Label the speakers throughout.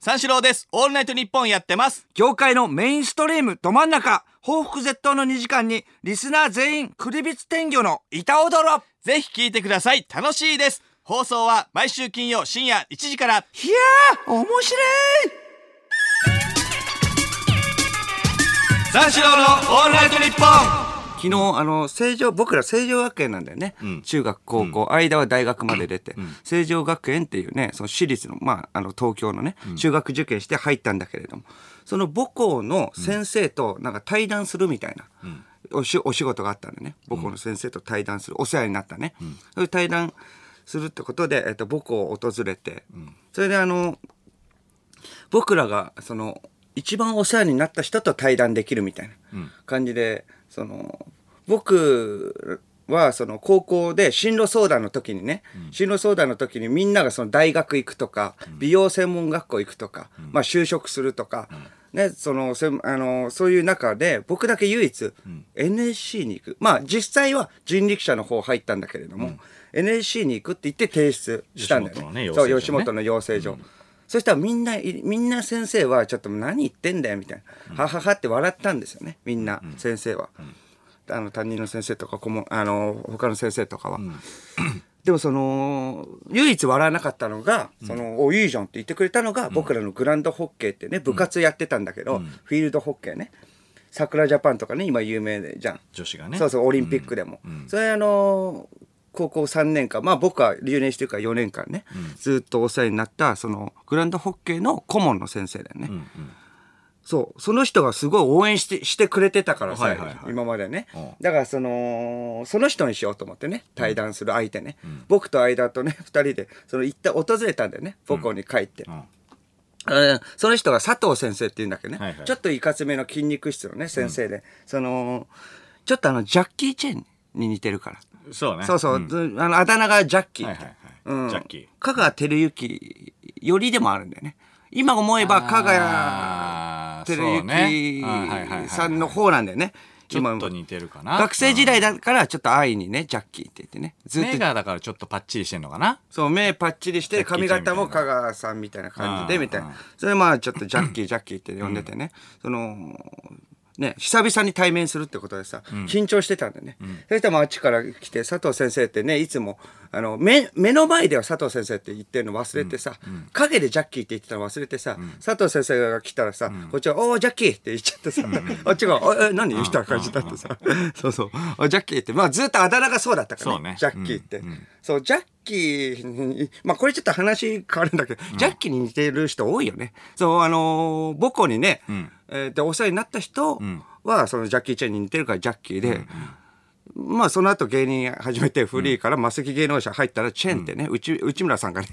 Speaker 1: 三四郎です。オールナイトニッポンやってます。
Speaker 2: 業界のメインストリームど真ん中報復絶倒の2時間にリスナー全員クリビツ天魚の板踊ろ
Speaker 1: ぜひ聞いてください。楽しいです。放送は毎週金曜深夜1時から。
Speaker 2: いやー面白い
Speaker 1: 三四郎のオールナイトニッポン
Speaker 2: 昨日あの成城僕ら成城学園なんだよね、
Speaker 1: ん
Speaker 2: 中学高校、間は大学まで出て、成城学園っていうねその私立の,、まあ、あの東京のね中学受験して入ったんだけれども、その母校の先生となんか対談するみたいな。おしお仕事があったんでね母校の先生と対談する、お世話になったね、そういう対談するってことで、えっと、母校を訪れて、それであの僕らがその一番お世話になった人と対談できるみたいな感じで、その僕はその高校で進路相談の時にね、進路相談の時にみんながその大学行くとか、美容専門学校行くとか、まあ、就職するとか、ね、そのせあのそういう中で僕だけ唯一 NSC に行く、まあ実際は人力車の方入ったんだけれども、NSC に行くって言って提出したんだよ
Speaker 1: 吉本のね養成所
Speaker 2: そ
Speaker 1: ね
Speaker 2: う吉本の養成所、そしたらみんないみんな先生はちょっと何言ってんだよみたいな、はははって笑ったんですよねみんな先生は、あの担任の先生とか顧問あの他の先生とかは、 でもその唯一笑わなかったのが「そのおいいじゃん」って言ってくれたのが、僕らのグランドホッケーってね部活やってたんだけど、フィールドホッケーね桜ジャパンとかね今有名でじゃん
Speaker 1: 女子がね。
Speaker 2: そうそうオリンピックでも、それあのー高校3年間まあ僕は留年してるから4年間ね、ずっとお世話になったそのグランドホッケーの顧問の先生だよね、そうその人がすごい応援してしてくれてたからさ、
Speaker 1: はいはいはい
Speaker 2: 今までね、
Speaker 1: うん
Speaker 2: だからそのその人にしようと思ってね対談する相手ね、僕と間とね2人でその行った訪れたんだよね母校に帰って、
Speaker 1: うん
Speaker 2: うんその人が佐藤先生っていうんだけどね、
Speaker 1: はいはい
Speaker 2: ちょっといかつめの筋肉質のね先生で、そのちょっとあのジャッキー・チェンに似てるから、
Speaker 1: そうね。
Speaker 2: そうそう、
Speaker 1: ん
Speaker 2: ずあのあだ名がジャッキー、
Speaker 1: はいはいはい
Speaker 2: うん、
Speaker 1: ジャッキー
Speaker 2: 香川照之よりでもあるんだよね今思えば香川
Speaker 1: あー
Speaker 2: 照
Speaker 1: そうねはいはいはいは
Speaker 2: 之
Speaker 1: い
Speaker 2: さんの方なんだよね
Speaker 1: ちょっ
Speaker 2: 今
Speaker 1: と似てるかな。
Speaker 2: 学生時代だからちょっと安易にねジャッキーって言ってねずっと
Speaker 1: 目がだからちょっとパッチリしてんのかな。
Speaker 2: そう目パッチリして髪型も香川さんみたいな感じでみたいなそれまあちょっ とジャッキージャッキーって呼んでてね、そのね久々に対面するってことでさ、緊張してたんだよね、そしたらまああっちから来て佐藤先生ってねいつもあの目目の前では佐藤先生って言ってるの忘れてさ、影でジャッキーって言ってたの忘れてさ、佐藤先生が来たらさ、こっちは「おージャッキー!」って言っちゃってさ、あっちが「おいおい何?」みたいな感じだってさそうそう「おジャッキー」ってまあずっとあだ名がそうだったから
Speaker 1: そうね
Speaker 2: ジャッキーって。そう、ジャッキーに、 まあこれちょっと話変わるんだけど、ジャッキーに似てる人多いよね。そう、あのー母校にね、えーで、お世話になった人は、そのジャッキーちゃんに似てるからジャッキーで、まあその後芸人始めてフリーからマセキ芸能者入ったらチェーンってね、うち内村さんがね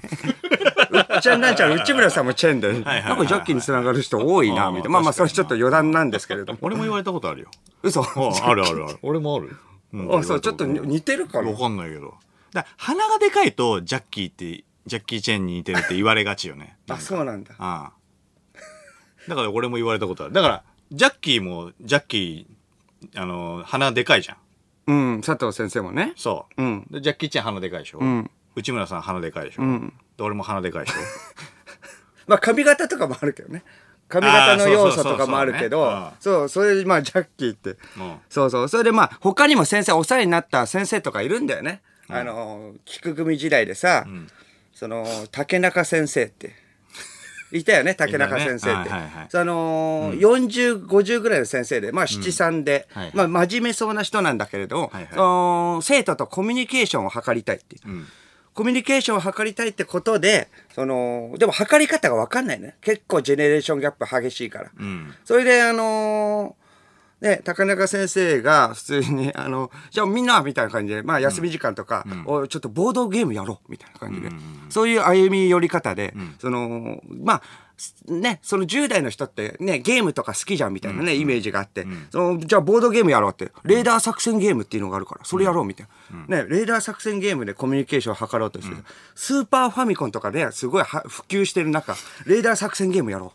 Speaker 2: うっちゃんなんちゃん内村さんもチェーンで
Speaker 1: いはいはい
Speaker 2: なんかジャッキーにつながる人多いなみたいなまあまあそれちょっと余談なんですけれども
Speaker 1: 俺も言われたことあるよ。
Speaker 2: 嘘
Speaker 1: ああるあるあ る。俺もある。ん
Speaker 2: あそうちょっと似てるかな
Speaker 1: わかんないけど。だ鼻がでかいとジャッキーってジャッキーチェンに似てるって言われがちよ ね。
Speaker 2: あそうなんだ
Speaker 1: ああ。だから俺も言われたことある。だからジャッキーもジャッキーあの鼻でかいじゃん。
Speaker 2: うん佐藤先生もね
Speaker 1: そう。
Speaker 2: うん
Speaker 1: でジャッキーチェン鼻でかいでしょ。
Speaker 2: ん
Speaker 1: 内村さん鼻でかいでしょ。
Speaker 2: ん
Speaker 1: で俺も鼻でかいでしょ。
Speaker 2: まあ髪型とかもあるけどね髪型の要素とかもあるけど
Speaker 1: あー
Speaker 2: そうそれでまあジャッキーって
Speaker 1: うん
Speaker 2: そうそうそれでまあ他にも先生お世話になった先生とかいるんだよね、あの菊組時代でさ、その竹中先生っていたよね竹中先生っ
Speaker 1: いたねは
Speaker 2: て
Speaker 1: いはいはい
Speaker 2: その、4050ぐらいの先生でまあ七三で、
Speaker 1: はいはい
Speaker 2: まあ、真面目そうな人なんだけれど、
Speaker 1: はいはい
Speaker 2: その生徒とコミュニケーションを図りたいっていう、コミュニケーションを図りたいってことで、その、でも図り方がわかんないね。結構ジェネレーションギャップ激しいから。それで、あのーね、高中先生が普通に、あの、じゃあみんなみたいな感じで、まあ休み時間とか、おいちょっとボードゲームやろうみたいな感じで、そういう歩み寄り方で、その、まあ、すね、その10代の人ってね、ゲームとか好きじゃんみたいなね、イメージがあって、その、じゃあボードゲームやろうって、レーダー作戦ゲームっていうのがあるから、それやろうみたいな。ね、レーダー作戦ゲームでコミュニケーションを図ろうとしてる、スーパーファミコンとかで、すごいは普及してる中、レーダー作戦ゲームやろ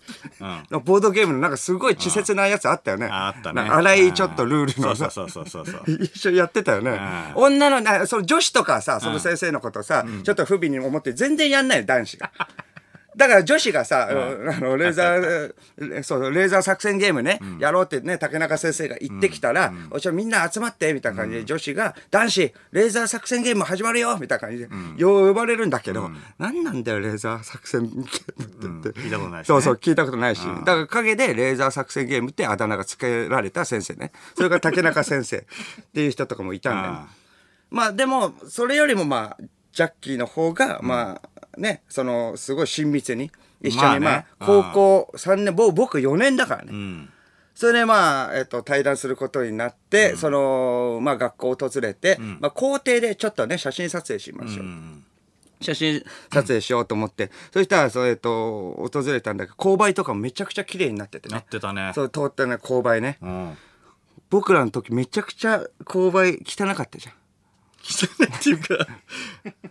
Speaker 2: う。 ボードゲームのなんかすごい稚拙なやつあったよね。
Speaker 1: ああったね。
Speaker 2: なんか荒いちょっとルールの
Speaker 1: そう
Speaker 2: さ。
Speaker 1: そうそうそうそう。
Speaker 2: 一緒にやってたよね。女の、 なその女子とかさ、その先生のことさ、ちょっと不憫に思って全然やんないよ、男子が。だから女子がさ、あのレーザーそうレーザー作戦ゲームね、やろうってね竹中先生が言ってきたら、おいちょみんな集まってみたいな感じで、女子が「男子レーザー作戦ゲーム始まるよ」みたいな感じで、よう呼ばれるんだけど、何なんだよレーザー作戦ゲームって言って、
Speaker 1: うん聞いたことないしね
Speaker 2: そうそう聞いたことないしだから陰でレーザー作戦ゲームってあだ名が付けられた先生ねそれから竹中先生 っていう人とかもいたんだよね
Speaker 1: ああ。
Speaker 2: まあでも、それよりもまあ、ジャッキーの方が、まあね、その、すごい親密に、一緒に
Speaker 1: まあ
Speaker 2: ま
Speaker 1: ね
Speaker 2: あ、高校3年、ぼ僕4年だから
Speaker 1: う
Speaker 2: ね。
Speaker 1: ん
Speaker 2: それでまあ、えっと、対談することになって、その、まあ学校を訪れて、まあ校庭でちょっとね、写真撮影しましょう。
Speaker 1: ん
Speaker 2: 写真撮影しようと思って、そしたら、そう、えっと、訪れたんだけど、勾配とかめちゃくちゃ綺麗になってて
Speaker 1: なっ
Speaker 2: ね。
Speaker 1: てたね
Speaker 2: そう、通ったね、勾配ね。
Speaker 1: うん
Speaker 2: 僕らの時めちゃくちゃ勾配汚かったじゃん。
Speaker 1: 汚いっていうか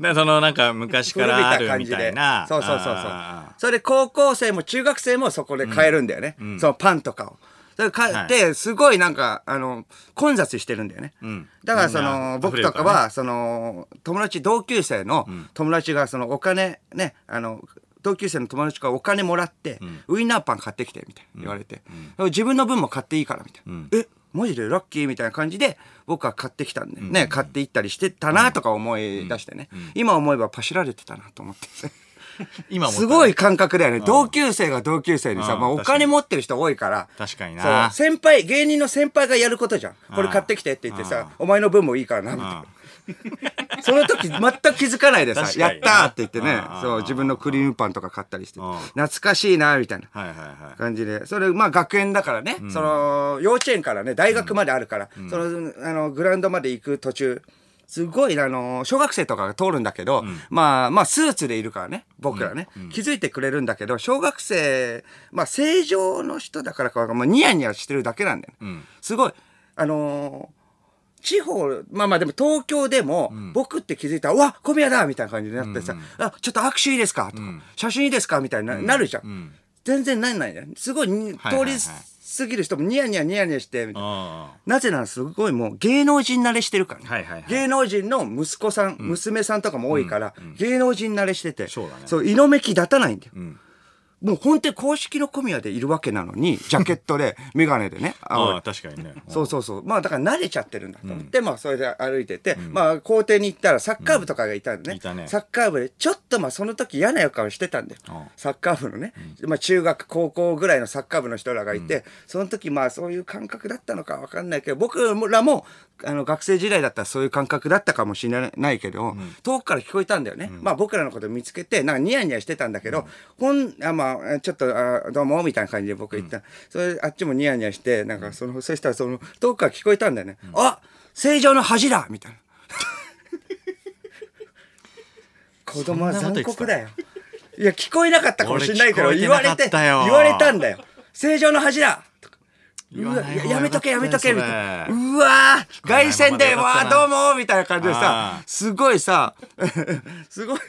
Speaker 1: なそのなんか昔
Speaker 2: 古
Speaker 1: か
Speaker 2: び
Speaker 1: らあ
Speaker 2: た
Speaker 1: る
Speaker 2: 感
Speaker 1: み
Speaker 2: じ
Speaker 1: たい
Speaker 2: で
Speaker 1: な
Speaker 2: そうそうそうそう
Speaker 1: あ
Speaker 2: それで高校生も中学生もそこで買えるんだよね、そのパンとかをそれ買って、すごいなんかあの混雑してるんだよね、
Speaker 1: ん
Speaker 2: だからそ
Speaker 1: みんな
Speaker 2: の
Speaker 1: 溢
Speaker 2: 僕
Speaker 1: れる
Speaker 2: と
Speaker 1: から
Speaker 2: か
Speaker 1: ね
Speaker 2: はその友達同級生の友達がそのお金ねあの同級生の友達からお金もらって、ウインナーパン買ってきてみたいな言われて、でも自分の分も買っていいからみたいな、えマジでラッキーみたいな感じで僕は買ってきたんで、ね買っていったりしてたなとか思い出してね、今思えばパシられてたなと思って。
Speaker 1: ー今思った
Speaker 2: すごい感覚だよね。同級生が同級生にさ、
Speaker 1: うん
Speaker 2: まあ、お
Speaker 1: 確かに
Speaker 2: 金持ってる人多いから。
Speaker 1: 確かにな
Speaker 2: そう先輩、芸人の先輩がやることじゃん。これ買ってきてって言ってさ、お前の分もいいからな、みたいな。その時全く気づかないでさ
Speaker 1: 確、か
Speaker 2: や
Speaker 1: に
Speaker 2: ったーって言ってね
Speaker 1: うんうん、
Speaker 2: そう、自分のクリームパンとか買ったりして、
Speaker 1: うん
Speaker 2: 懐かしいな、みたいな。
Speaker 1: はいはいは
Speaker 2: 感じでそれまあ学園だからね、その幼稚園からね大学まであるから、そのあのグラウンドまで行く途中すごいあの小学生とかが通るんだけど、まあまあスーツでいるからね僕らね、気づいてくれるんだけど小学生まあ正常の人だからか、まあ、ニヤニヤしてるだけなんだよね、
Speaker 1: ん
Speaker 2: すごいあのー地方、まあまあでも東京でも、僕って気づいたら、うわ、小宮だみたいな感じになってさ、あ、ちょっと握手いいですかとか、写真いいですかみたいにな,、るじゃん。全然なんないじゃん。すごいに、
Speaker 1: はいはいはい
Speaker 2: 通り過ぎる人もニヤニヤニヤニヤして、みたいな。
Speaker 1: あ
Speaker 2: なぜならすごいもう芸能人慣れしてるからね、
Speaker 1: はいはいはい
Speaker 2: 芸能人の息子さん、娘さんとかも多いから、芸能人慣れしてて
Speaker 1: そうだね
Speaker 2: 色めき立たないんだよ、
Speaker 1: ん
Speaker 2: もう本当に公式の小宮でいるわけなのにジャケッ トで眼鏡でね
Speaker 1: あ
Speaker 2: 青
Speaker 1: あ
Speaker 2: い
Speaker 1: あ確か にね
Speaker 2: そうそうそう。まあだから慣れちゃってるんだと思って、まあそれで歩いてて、まあ校庭に行ったらサッカー部とかがいたんでね。
Speaker 1: うんいたね
Speaker 2: サッカー部で、ちょっとまあその時嫌な予感をしてたんだよ。
Speaker 1: ああ
Speaker 2: サッカー部のね、まあ中学、高校ぐらいのサッカー部の人らがいて、その時まあそういう感覚だったのかわかんないけど、僕らも、あの学生時代だったらそういう感覚だったかもしれないけど、遠くから聞こえたんだよね。まあ僕らのこと見つけて、なんかニヤニヤしてたんだけど、ほん、あ、まあ、ちょっと、あどうも、みたいな感じで僕言った。それ、あっちもニヤニヤして、なんかその、そしたらその、遠くから聞こえたんだよね。あ正常の恥だみたいな。子供は残酷だよ。いや、聞こえなかったかもしれないけど、
Speaker 1: 俺聞こえ
Speaker 2: 言
Speaker 1: て
Speaker 2: わ
Speaker 1: な
Speaker 2: れ、
Speaker 1: かってたよ
Speaker 2: 言われたんだよ。正常の恥だとかう
Speaker 1: 言
Speaker 2: わ
Speaker 1: わない
Speaker 2: や
Speaker 1: 方が
Speaker 2: やめとけや
Speaker 1: よか
Speaker 2: め
Speaker 1: った
Speaker 2: と
Speaker 1: ね
Speaker 2: けみたいなうわー
Speaker 1: こえない
Speaker 2: 凱旋で
Speaker 1: ま
Speaker 2: わ
Speaker 1: までよかった
Speaker 2: ー
Speaker 1: な
Speaker 2: どうもみたいな感じでさ
Speaker 1: あ
Speaker 2: すごいさ すごい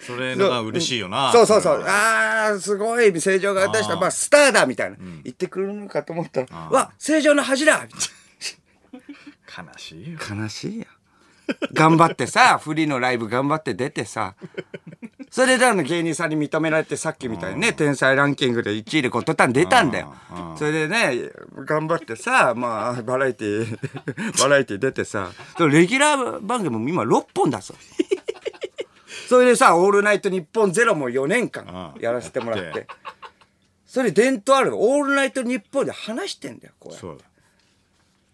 Speaker 1: それのが嬉しいよな
Speaker 2: そうそうそう
Speaker 1: れは
Speaker 2: あーすごい正常が出した
Speaker 1: あー
Speaker 2: まあスターだみたいな言ってくるのかと思ったら
Speaker 1: あー
Speaker 2: わ正常の恥だみたいな
Speaker 1: 悲しいよ
Speaker 2: 悲しいよ頑張ってさ フリーのライブ頑張って出てさそれであの芸人さんに認められてさっきみたいにね天才ランキングで1位でゴッドタン出たんだよ
Speaker 1: うんうん
Speaker 2: それでね頑張ってさまあバラエティ ーバラエティー出てさそのレギュラー番組も今6本だぞそれでさ「オールナイトニッポンゼロも4年間
Speaker 1: うん
Speaker 2: やらせてもらっ
Speaker 1: やってて
Speaker 2: それ伝統ある「オールナイトニッポン」で話してんだよこれ
Speaker 1: そうだ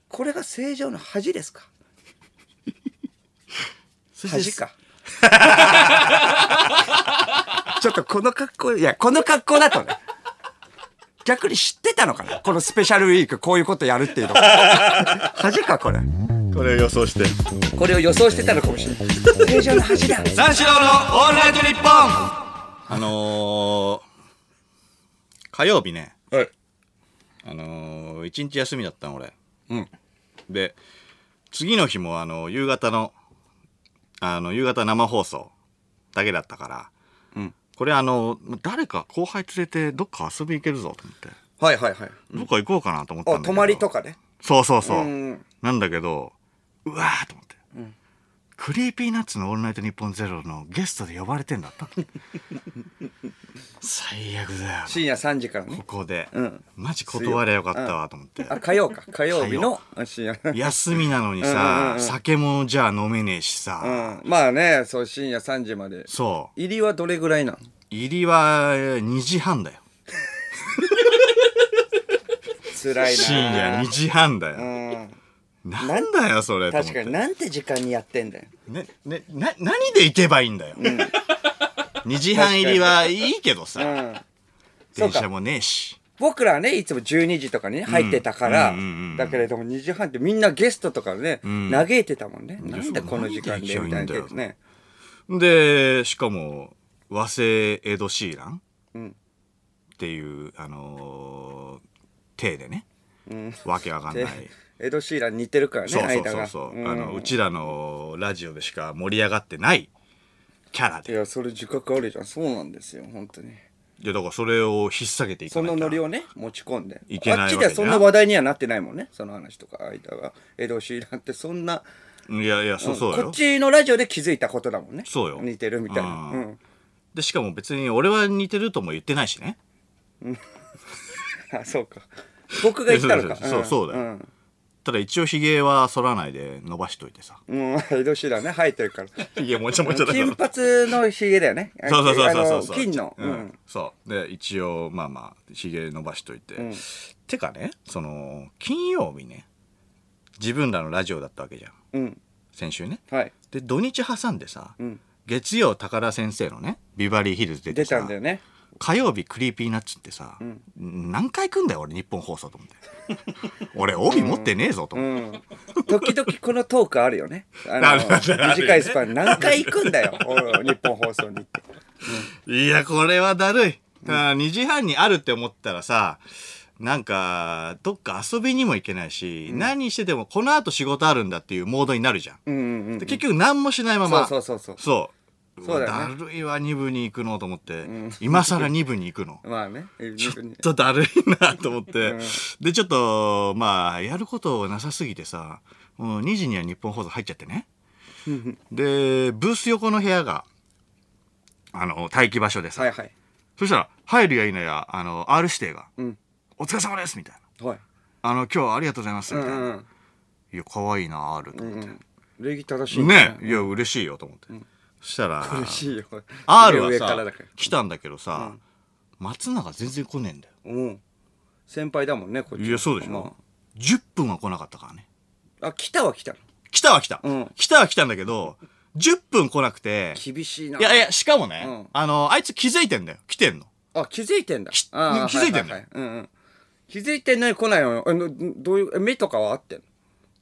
Speaker 2: これが正常の恥ですか
Speaker 1: そ
Speaker 2: 恥か。 ちょっとこの格好、いや、この格好だとね。逆に知ってたのかなこのスペシャルウィーク、こういうことやるっていうの。恥か、これ。
Speaker 1: これを予想して
Speaker 2: これを予想してたのかもしれない。正常の恥だ。
Speaker 1: 三四郎のオールナイトニッポンあのー、火曜日ね
Speaker 2: はい。
Speaker 1: あのー、一日休みだったの俺
Speaker 2: うん。
Speaker 1: で次の日もあの夕方のあの夕方生放送だけだったから、
Speaker 2: うん
Speaker 1: これあの誰か後輩連れてどっか遊び行けるぞと思って、
Speaker 2: はいはいはい。
Speaker 1: どっか行こうかなと思ったん
Speaker 2: お、
Speaker 1: だけど
Speaker 2: 泊まりとかね。
Speaker 1: そうそうそう、
Speaker 2: うん
Speaker 1: なんだけどうわーと思って、クリーピーナッツの「オールナイトニッポンゼロのゲストで呼ばれてんだった最悪だよ
Speaker 2: 深夜3時からね
Speaker 1: ここで、
Speaker 2: うん
Speaker 1: マジ断れよかったわと思って、
Speaker 2: あ火曜か火曜日の深夜
Speaker 1: 休みなのにさ、酒もじゃあ飲めねえしさ、
Speaker 2: うんまあねそう深夜3時まで
Speaker 1: そう
Speaker 2: 入りはどれぐらいなん
Speaker 1: 入りは2時半だよ
Speaker 2: 辛いな
Speaker 1: 深夜2時半だ
Speaker 2: う
Speaker 1: よ、
Speaker 2: ん
Speaker 1: なんだよそれと思っ
Speaker 2: 確
Speaker 1: て
Speaker 2: かになんて時間にやってんだよ
Speaker 1: ねねな何で行けばいいんだよ、2時半入りはいいけどさ、
Speaker 2: うんそう
Speaker 1: 電
Speaker 2: か
Speaker 1: 車もねえし
Speaker 2: 僕らはねいつも12時とかにね入ってたから、
Speaker 1: うんうんうんうん
Speaker 2: だけれども2時半ってみんなゲストとかね、
Speaker 1: ん
Speaker 2: 嘆いてたもんねなんで
Speaker 1: そう
Speaker 2: この時間でみたいな
Speaker 1: なんで行きゃいいんだよ
Speaker 2: ね
Speaker 1: でしかも和製エド・シーラン、
Speaker 2: うん
Speaker 1: っていうあのー、体でね、わけわかんない
Speaker 2: でエド・シーラン似てるからね
Speaker 1: そうそう
Speaker 2: 間
Speaker 1: そう
Speaker 2: が
Speaker 1: そう、
Speaker 2: ん
Speaker 1: あのうちらのラジオでしか盛り上がってないキャラ
Speaker 2: い
Speaker 1: で
Speaker 2: やそれ自覚あるじゃんそうなんですよ本当に
Speaker 1: いやだからそれを引っ提げていか
Speaker 2: そ
Speaker 1: ない
Speaker 2: の
Speaker 1: と
Speaker 2: ノリをね持ち込んで
Speaker 1: いけない
Speaker 2: あ
Speaker 1: わ
Speaker 2: っ
Speaker 1: け
Speaker 2: ち
Speaker 1: ね
Speaker 2: ではそんな話題にはなってないもんねその話とか間がエド・シーランってそんない
Speaker 1: やいやそうそうよ、
Speaker 2: こっちのラジオで気づいたことだもんね
Speaker 1: そうよ
Speaker 2: 似てるみたいな、
Speaker 1: う
Speaker 2: うんん、
Speaker 1: でしかも別に俺は似てるとも言ってないしね
Speaker 2: あそうか僕が言ったのか
Speaker 1: そうそうそうそうだよ
Speaker 2: ん
Speaker 1: ただ一応ひげは剃らないで伸ばしといてさ
Speaker 2: もう江戸シーランね生えてるから
Speaker 1: ひ げもちゃもちゃだけ
Speaker 2: 金
Speaker 1: ど
Speaker 2: 髪のひげだよね
Speaker 1: そうそうそうそうそう
Speaker 2: あの金の、
Speaker 1: う
Speaker 2: うん
Speaker 1: ん、そうで一応まあまあひげ伸ばしといて、てかねその金曜日ね自分らのラジオだったわけじゃん
Speaker 2: うん
Speaker 1: 先週ね
Speaker 2: はい
Speaker 1: で土日挟んでさ、
Speaker 2: ん
Speaker 1: 月曜高田先生のねビバリーヒルズ出て
Speaker 2: 出
Speaker 1: さ
Speaker 2: たんだよね
Speaker 1: 火曜日クリーピーナッツってさ、何回来んだよ俺日本放送と思って 俺帯持ってねえぞと思って。
Speaker 2: うん時々このトークあるよねあ
Speaker 1: あ
Speaker 2: の
Speaker 1: るあるある
Speaker 2: 短いスパン何回行くんだ よお日本放送にって
Speaker 1: いや、これはだるい。あ2時半にあるって思ったらさ、なんか、どっか遊びにも行けないし、何しててもこの後仕事あるんだっていうモードになるじゃん。
Speaker 2: うんうんうん
Speaker 1: で結局何もしないま
Speaker 2: そ
Speaker 1: ま。
Speaker 2: うそうそうそう
Speaker 1: そう
Speaker 2: そうだよ
Speaker 1: わ
Speaker 2: ね
Speaker 1: るいわ、2部に行くのと思って、今更2部に行くの。
Speaker 2: まあね
Speaker 1: ちょっとだるいなと思って、で、ちょっと、まあ、やることなさすぎてさ、もう2時には日本放送入っちゃってね。で、ブース横の部屋が、あの、待機場所でさ、
Speaker 2: はいはい
Speaker 1: そしたら、入るやいなや、あの、R 指定が、
Speaker 2: うん
Speaker 1: お疲れ様ですみたいな。
Speaker 2: はい
Speaker 1: あの、今日はありがとうございます
Speaker 2: う
Speaker 1: み
Speaker 2: ん
Speaker 1: たいな。
Speaker 2: うん
Speaker 1: いや、可愛いな、R と思
Speaker 2: う
Speaker 1: って。
Speaker 2: ん礼儀正しい
Speaker 1: ねいや、嬉しいよと思って。そしたら、
Speaker 2: 嬉しいよ
Speaker 1: R は
Speaker 2: 上からだ
Speaker 1: さ
Speaker 2: から、
Speaker 1: 来たんだけどさ、松永全然来ねえんだよ。
Speaker 2: うん先輩だもんねこっち
Speaker 1: いや、そうでし
Speaker 2: ま
Speaker 1: ょ。10分は来なかったからね。
Speaker 2: ああ来たは来たの
Speaker 1: 来たは来た。
Speaker 2: うん
Speaker 1: 来たは来たんだけど、10分来なくて、
Speaker 2: 厳しいない
Speaker 1: やいや、しかもね、
Speaker 2: うん
Speaker 1: あの、あいつ気づいてんだよ。来てんの。
Speaker 2: あ、気づいてんだ
Speaker 1: き。
Speaker 2: あー
Speaker 1: 気づいてんだ
Speaker 2: はははうんうん。気づいてんのに来ないのよ。あのどういう、え目とかはあってんの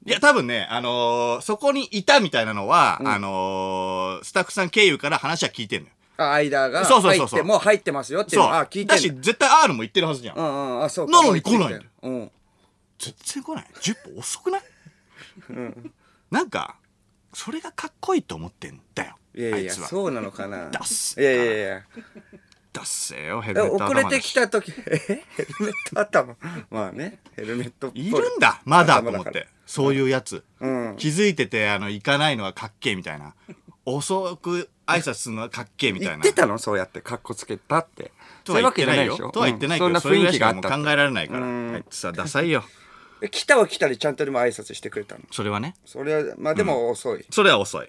Speaker 1: いや、多分ね、あのーそこにいたみたいなのは、あのースタッフさん経由から話は聞いてんのよ。
Speaker 2: あ、間が
Speaker 1: そうそう
Speaker 2: 入
Speaker 1: そ
Speaker 2: っ
Speaker 1: うそう
Speaker 2: て、もう入ってますよっていう
Speaker 1: そう。
Speaker 2: のあ、聞い
Speaker 1: だ
Speaker 2: て
Speaker 1: し、
Speaker 2: んだ。
Speaker 1: 絶対 R も言ってるはずじゃん。
Speaker 2: うんうん、あ、そうか。
Speaker 1: なのに来ないんだよ
Speaker 2: うん。
Speaker 1: 全然来ない。10分遅くない、なんか、それがかっこいいと思ってんだよ。
Speaker 2: いやいや、
Speaker 1: あいつは。
Speaker 2: そうなのかな。
Speaker 1: 出す
Speaker 2: いやいやいや。
Speaker 1: だっせーよ、ヘ
Speaker 2: え
Speaker 1: ルメット
Speaker 2: 遅
Speaker 1: 頭
Speaker 2: れ
Speaker 1: だして
Speaker 2: きた時、 えヘルメット頭。まあね、ヘルメットっぽい。
Speaker 1: いるんだ、まだと
Speaker 2: 頭
Speaker 1: 思っ
Speaker 2: から
Speaker 1: て。。そういうやつ。
Speaker 2: うん
Speaker 1: 気づいてて、あの、行かないのはかっけえみたいな。遅く挨拶するのはかっけえみたい
Speaker 2: 言
Speaker 1: な。
Speaker 2: ってたのそうやって、かっこつけたって。
Speaker 1: とは言ってない
Speaker 2: そううわけじゃ
Speaker 1: よ。とは言ってないけど、
Speaker 2: うん
Speaker 1: そ
Speaker 2: そ
Speaker 1: れ
Speaker 2: ん
Speaker 1: ぐ
Speaker 2: な
Speaker 1: らい
Speaker 2: 雰囲
Speaker 1: し
Speaker 2: 気
Speaker 1: か
Speaker 2: があ
Speaker 1: も
Speaker 2: っ
Speaker 1: う
Speaker 2: た
Speaker 1: 考
Speaker 2: の。
Speaker 1: えられないから。
Speaker 2: うん
Speaker 1: あいつさ、ダサいよ。
Speaker 2: え来たは来たでちゃんとでも挨拶してくれたの。
Speaker 1: それはね。
Speaker 2: それは、まあでも遅い。
Speaker 1: それは遅い。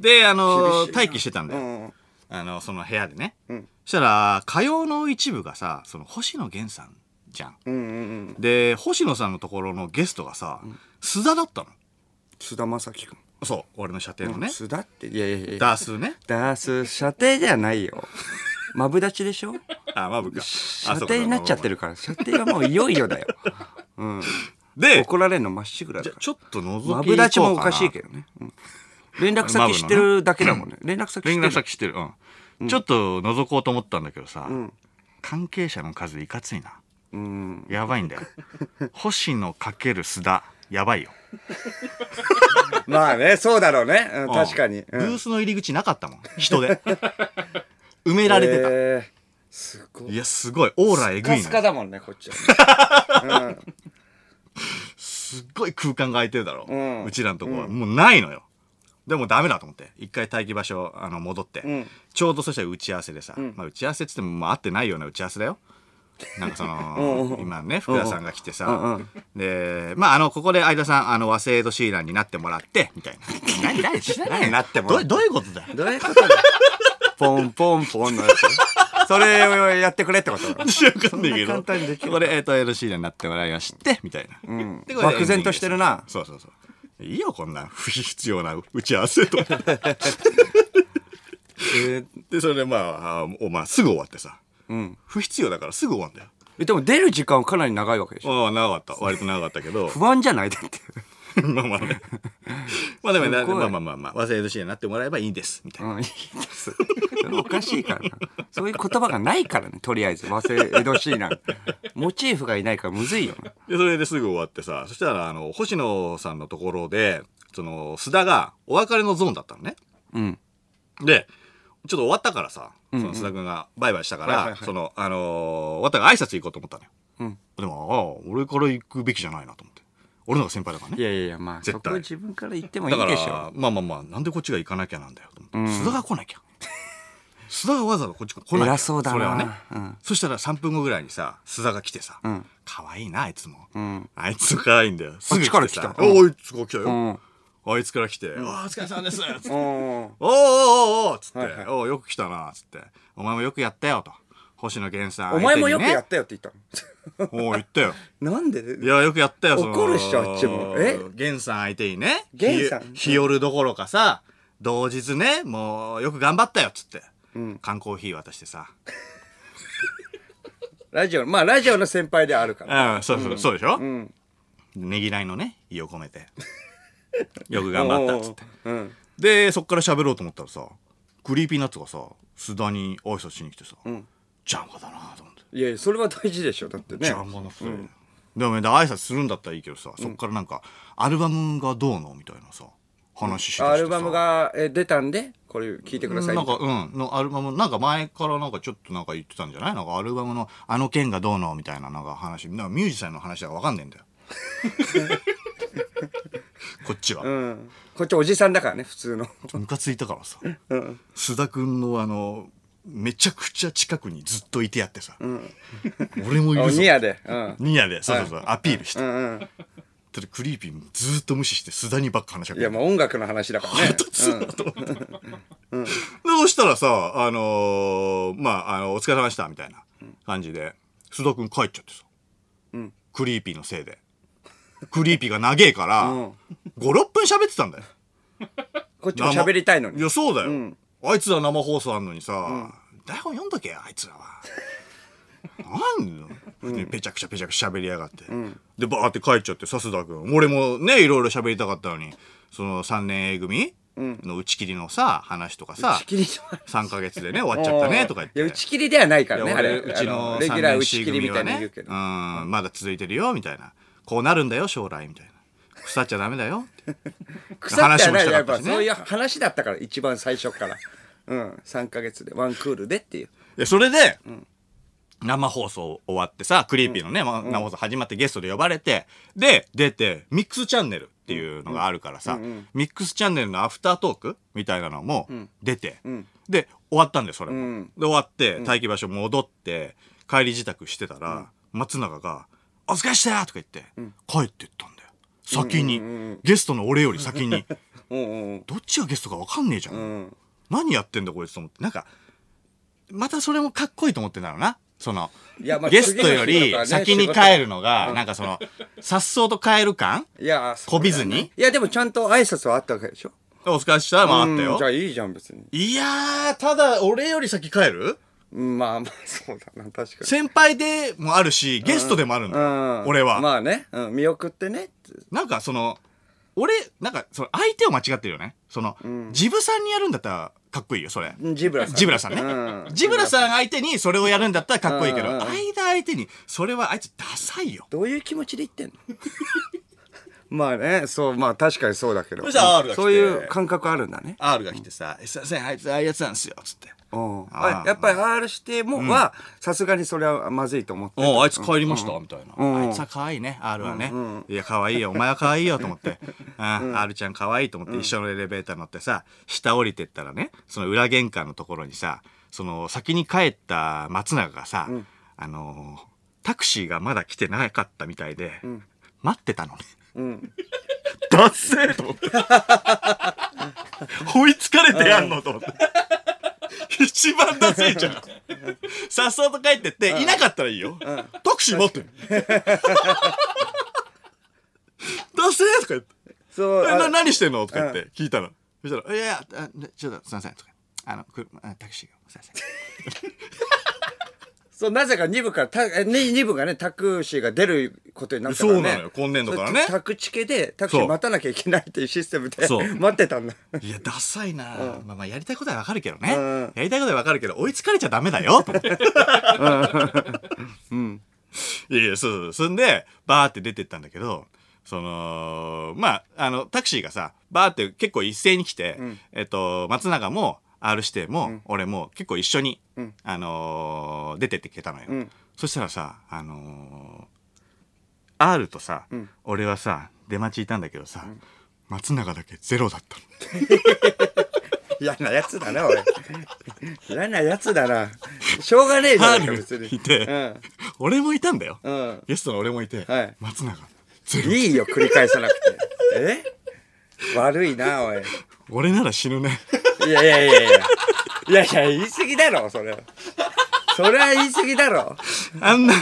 Speaker 1: で、あの、
Speaker 2: 厳しいな
Speaker 1: 待機してたんだ
Speaker 2: う
Speaker 1: よ。
Speaker 2: んうん。
Speaker 1: あの、その部屋でね。
Speaker 2: うん
Speaker 1: そしたら、火曜の一部がさ、その星野源さんじゃん。
Speaker 2: うんうんうん。
Speaker 1: で、星野さんのところのゲストがさ、須田だったの。
Speaker 2: 須田まさきくん。
Speaker 1: そう、俺の射程のね。
Speaker 2: 須田って、いやいやいや。
Speaker 1: ダースね。
Speaker 2: ダース、射程じゃない よ。マブダチでしょ
Speaker 1: あ、まぶか。あ
Speaker 2: 射程になっちゃって。
Speaker 1: そうか
Speaker 2: るから。射程はもういよいよ だよ。うん。
Speaker 1: で、
Speaker 2: 怒られるのまっしぐら
Speaker 1: じ
Speaker 2: だ
Speaker 1: ゃ
Speaker 2: か
Speaker 1: あちょっと覗き
Speaker 2: ら。マブダチもおかしい
Speaker 1: ど。
Speaker 2: けどね。うん連絡先知ってるだけだもんね。連絡先知
Speaker 1: 連
Speaker 2: って
Speaker 1: 絡
Speaker 2: る。
Speaker 1: 先知ってる。うん。ちょっと覗こうと思ったんだけどさ、関係者の数いかついな。
Speaker 2: うん。
Speaker 1: やばいんだよ。星野かける須田、やばいよ。
Speaker 2: まあね、そうだろうね。うん確かに。
Speaker 1: ブースの入り口なかったもん。人で。 埋められてた。
Speaker 2: えーすごい。
Speaker 1: いや、すごい。オーラえ
Speaker 2: ス
Speaker 1: ぐ
Speaker 2: カ
Speaker 1: い
Speaker 2: スカ
Speaker 1: の。
Speaker 2: だもんね、こっちは。
Speaker 1: すっごい空間が空いてるだろ。
Speaker 2: ん
Speaker 1: うちらのとこは。もうないのよ。でもダメだと思って一回待機場所あの戻って、
Speaker 2: ん
Speaker 1: ちょうどそしたら打ち合わせでさ、まあ、打ち合わせっつっても、まあ、会ってないような打ち合わせだよなんかそ の今ね福田さんが来てさでまああのここで相田さんあの和製エド・シーランになってもらってみたいな 何何
Speaker 2: 何なっても
Speaker 1: どどういうことだよ
Speaker 2: どういうことだポンポンポンのやつ。それをやってくれってこと
Speaker 1: わかんないけ
Speaker 2: そんな簡
Speaker 1: ど。
Speaker 2: 単にできる
Speaker 1: ここで、えっ、と、LC になってもらいまして、みたいな。でこれで
Speaker 2: 漠然としてるな
Speaker 1: そうそうそう。いいよ、こんな不必要な打ち合わせ と。
Speaker 2: え
Speaker 1: で、それでまあ、あお前すぐ終わってさ。
Speaker 2: ん
Speaker 1: 不必要だからすぐ終わんだよ。
Speaker 2: ーでも出る時間はかなり長いわけでしょ。
Speaker 1: ああ、長かった。割と長かったけ ど。
Speaker 2: 不安じゃないだって。
Speaker 1: まあまあね。まあでもな、
Speaker 2: すごい
Speaker 1: まあまあまあまあ、和製 LC になってもらえばいいんです、みたいな。
Speaker 2: うん、いいです。おかしいからな。そういう言葉がないからね、とりあえず。和製江戸シーラン。モチーフがいないからむずいよな。
Speaker 1: で、それですぐ終わってさ、そしたら、あの、星野さんのところで、その、須田がお別れのゾーンだったのね。
Speaker 2: うん。
Speaker 1: でちょっと終わったからさ、その須田君がバイバイしたから、
Speaker 2: はいはいはい
Speaker 1: そのあのー、渡が挨拶行こうと思ったのよ、
Speaker 2: うん
Speaker 1: でもああ俺から行くべきじゃないなと思って俺のが先輩だから
Speaker 2: い
Speaker 1: ね
Speaker 2: やいやいや、まあ、
Speaker 1: 絶
Speaker 2: そ
Speaker 1: 対
Speaker 2: こは自分から言ってもい
Speaker 1: だか
Speaker 2: い
Speaker 1: ら
Speaker 2: でしょ。
Speaker 1: まあまあまあなんでこっちが行かなきゃなんだよと思って、須田が来なきゃ須田がわざわざこっち来なきゃ
Speaker 2: 偉そうだな
Speaker 1: それはね、
Speaker 2: うん
Speaker 1: そしたら3分後ぐらいにさ須田が来てさ、
Speaker 2: うん
Speaker 1: 可愛いなあいつも、
Speaker 2: ん
Speaker 1: あいつ可愛いんだよすぐ
Speaker 2: あっ
Speaker 1: 来て
Speaker 2: ち
Speaker 1: さ
Speaker 2: から来たうん
Speaker 1: あいつが来たよ、
Speaker 2: うん。
Speaker 1: あいつから来て「ああお疲れさんです」つって
Speaker 2: うん。
Speaker 1: おーおーおーおーつって、おーよく来たなつって、お前もよくやったよと。星野源さん、
Speaker 2: お前もよくやったよって言っ
Speaker 1: おおー言ったよ。
Speaker 2: たの。なんで
Speaker 1: いや、よくやったよ、その
Speaker 2: 怒るっしょあっちもえ
Speaker 1: 源さん相手にね、
Speaker 2: 源さん
Speaker 1: 日和るどころかさ、同日ね、もうよく頑張ったよ、つって。缶コーヒー渡してさ。
Speaker 2: ラジオ、まあ、ラジオの先輩であるから。
Speaker 1: うん、そうそう、そうでしょ
Speaker 2: ん
Speaker 1: ねぎらいのね、意を込めて。 よく頑張った、つって。
Speaker 2: うん。
Speaker 1: で、そっから喋ろうと思ったらさ、クリーピーナッツがさ、須田に挨拶しに来てさ、邪魔だなと思って。
Speaker 2: いやいや、それは大事でしょ。だってね。
Speaker 1: 邪魔なそれ、でもね挨拶するんだったらいいけどさ、そっからなんかアルバムがどうのみたいなさ話しだしてさ
Speaker 2: アルバムがえー出たんで、これ聞いてください
Speaker 1: なん
Speaker 2: みたい
Speaker 1: かうんのアルバムなんか前からなんかちょっとなんか言ってたんじゃないなんかアルバムのあの件がどうのみたいななんか話なんかミュージシャンの話だから分かんねえん だよこっちは、
Speaker 2: な。うん。こっちおじさんだからね、普通の。
Speaker 1: ムカついたからさ、須田君のあのめちゃくちゃ近くにずっといてやってさ、俺もい
Speaker 2: お
Speaker 1: るぞ
Speaker 2: ニアで。うん。
Speaker 1: ニヤでそうそうそう、アピールして、
Speaker 2: うんうん。
Speaker 1: ただクリーピーもずーっと無視して須田にばっか話しか
Speaker 2: い
Speaker 1: け
Speaker 2: や、
Speaker 1: て
Speaker 2: もう音楽の話だからね。
Speaker 1: そうだと思って、そしたらさあのーまああのお疲れ様でしたみたいな感じで須田君帰っちゃってさ、クリーピーのせいでクリーピーが長えから、
Speaker 2: うん
Speaker 1: 56分喋ってたんだよ
Speaker 2: こっちも喋りたいの
Speaker 1: い
Speaker 2: に。
Speaker 1: やそうだよ、あいつら生放送あんのにさ、台本読んどけよあいつらはなんだよでぺちゃくちゃぺちゃくちゃ喋りやがって、でバーって帰っちゃって笹田君俺もねいろいろ喋りたかったのにその3年 A 組の打ち切りのさ話とかさ
Speaker 2: 打ち切りじ
Speaker 1: 3か月でね終わっちゃったねとか言っ
Speaker 2: いや、
Speaker 1: て
Speaker 2: 打ち切りではないから
Speaker 1: い
Speaker 2: ね、
Speaker 1: や
Speaker 2: あ
Speaker 1: 俺
Speaker 2: れ。
Speaker 1: うち
Speaker 2: あ
Speaker 1: の
Speaker 2: レギュラ
Speaker 1: 3
Speaker 2: ー打
Speaker 1: 年
Speaker 2: ち
Speaker 1: C
Speaker 2: 切りみ
Speaker 1: 組
Speaker 2: た
Speaker 1: はい
Speaker 2: に
Speaker 1: ね
Speaker 2: 言うけど
Speaker 1: う。んまだ続いてるよみたいなこうなるんだよ将来みたいな腐っちゃダメだよって
Speaker 2: 腐ってはない。
Speaker 1: 話もした
Speaker 2: や
Speaker 1: か
Speaker 2: っ
Speaker 1: った
Speaker 2: ぱ
Speaker 1: しね
Speaker 2: そういう話だったから、一番最初から。うん。3ヶ月で、ワンクールでっていう。
Speaker 1: でそれで、生放送終わってさ、クリーピーのね、ま生放送始まってゲストで呼ばれて、で、出て、ミックスチャンネルっていうのがあるからさ、ミックスチャンネルのアフタートークみたいなのも出て、で、終わったんだよ、それも。
Speaker 2: ん
Speaker 1: で、終わって、待機場所戻って、帰り自宅してたら、松永が、お疲れっしたよとか言って、帰ってったんだよ。先に、ゲストの俺より先に。
Speaker 2: うんうんうん。
Speaker 1: どっちがゲストか分かんねえじゃん。
Speaker 2: ん
Speaker 1: 何やってんだこいつと思って。なんか、またそれもかっこいいと思ってんだろうな。その、
Speaker 2: いやまあ
Speaker 1: ゲストよ
Speaker 2: 次
Speaker 1: り
Speaker 2: の日とかね
Speaker 1: 先に帰るのが、なんかその、颯爽と帰る感
Speaker 2: いや、
Speaker 1: こびずに
Speaker 2: いや、でもちゃんと挨拶はあったわけでしょ。
Speaker 1: お疲れしたまああった
Speaker 2: うんじゃ
Speaker 1: よ。
Speaker 2: あいいじゃん、別に。
Speaker 1: いやー、ただ俺より先帰る
Speaker 2: うんまあまあ、そうだな、 確かに。
Speaker 1: 先輩でもあるし、ゲストでもあるんだ
Speaker 2: うん
Speaker 1: よ。俺は。
Speaker 2: まあね、うん、見送ってね。
Speaker 1: なんかその、俺、なんか、その相手を間違ってるよね。その、ジブさんにやるんだったらかっこいいよ、それ。
Speaker 2: ジブラさん。
Speaker 1: ジブラさんね。
Speaker 2: うん
Speaker 1: ジブラさん相手にそれをやるんだったらかっこいいけど、
Speaker 2: うんうんうん
Speaker 1: 間相手に、それはあいつダサいよ。
Speaker 2: どういう気持ちで言ってんの まあね、そう、まあ確かにそうだけど。
Speaker 1: そしたら R が来て
Speaker 2: そういう感覚あるんだね。
Speaker 1: R が来てさ、すいません、あいつああいうやつなんですよ、つって。
Speaker 2: うん
Speaker 1: あ
Speaker 2: あ
Speaker 1: ー
Speaker 2: やっぱり R 指定もはさすがにそれはまずいと思って
Speaker 1: おあいつ帰りました、みたいな、
Speaker 2: うん
Speaker 1: あいつは可愛いね R はね、いや可愛いよお前は可愛いよと思って、あ R ちゃん可愛いと思って一緒のエレベーター乗ってさ下降りてったらねその裏玄関のところにさその先に帰った松永がさ、あのータクシーがまだ来てなかったみたいで、待ってたのね
Speaker 2: うん
Speaker 1: ダッセーと思って追いつかれてやんのと思って一番ダセーじゃんさっそうと帰ってっていなかったらいいよタクシー待ってるダセーとか言って
Speaker 2: そう
Speaker 1: えな
Speaker 2: あ
Speaker 1: 何してんのとか言って聞いたらそしたら「いやいやあねちょっとすいません」とか「あの車あタクシーがすいません」
Speaker 2: そうなぜか2部からたえに2部がねタクシーが出ることになったから
Speaker 1: そ
Speaker 2: ね
Speaker 1: うなのよ今年度からね
Speaker 2: そうタクチケでタクシー待たなきゃいけないっていうシステムで
Speaker 1: そう
Speaker 2: 待ってたんだ
Speaker 1: いや、ダサいな、まあまあ、やりたいことはわかるけどね。
Speaker 2: うん
Speaker 1: やりたいことはわかるけど、追いつかれちゃダメだ よ、と思って。 いやいや、そうそう。そんで、バーって出てったんだけど、その、まあ、あの、タクシーがさ、バーって結構一斉に来て、えっと、松永も、R 指定も、俺も結構一緒に、あのー出てってきたのよ。
Speaker 2: ん
Speaker 1: そしたらさ、あのー R とさ、俺はさ、出待ちいたんだけどさ、松永だけゼロだったの。
Speaker 2: 嫌なやつだな俺嫌なやつだなしょうがねえじ
Speaker 1: ハ
Speaker 2: ゃん
Speaker 1: ー
Speaker 2: 別
Speaker 1: ル
Speaker 2: に
Speaker 1: いて、
Speaker 2: うん
Speaker 1: 俺もいたんだよ、
Speaker 2: うん
Speaker 1: ゲストの俺もいて、
Speaker 2: はい
Speaker 1: 松永ゼロ
Speaker 2: いいよ繰り返さなくてえ悪いなおい
Speaker 1: 俺なら死ぬね
Speaker 2: いやいやいやいやいやいや言い過ぎだろそれそれは言い過ぎだろ
Speaker 1: あんな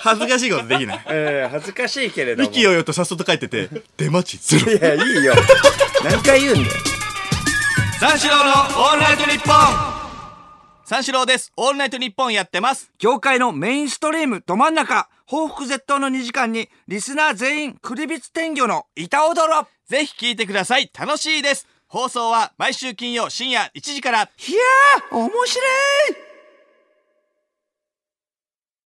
Speaker 1: 恥ずかしいことできない
Speaker 2: えー、恥ずかしいけれども
Speaker 1: 息をよとさっそと書いてて出待ちゼロ
Speaker 2: いやいいよ何回言うんだよ
Speaker 1: 三四郎のオールナイトニッポン三四郎ですオールナイトニッポンやってます
Speaker 2: 業界のメインストリームど真ん中報復絶倒の2時間にリスナー全員クリビツ天魚の板踊ろ
Speaker 1: ぜひ聞いてください楽しいです放送は毎週金曜深夜1時から
Speaker 2: いやー面白い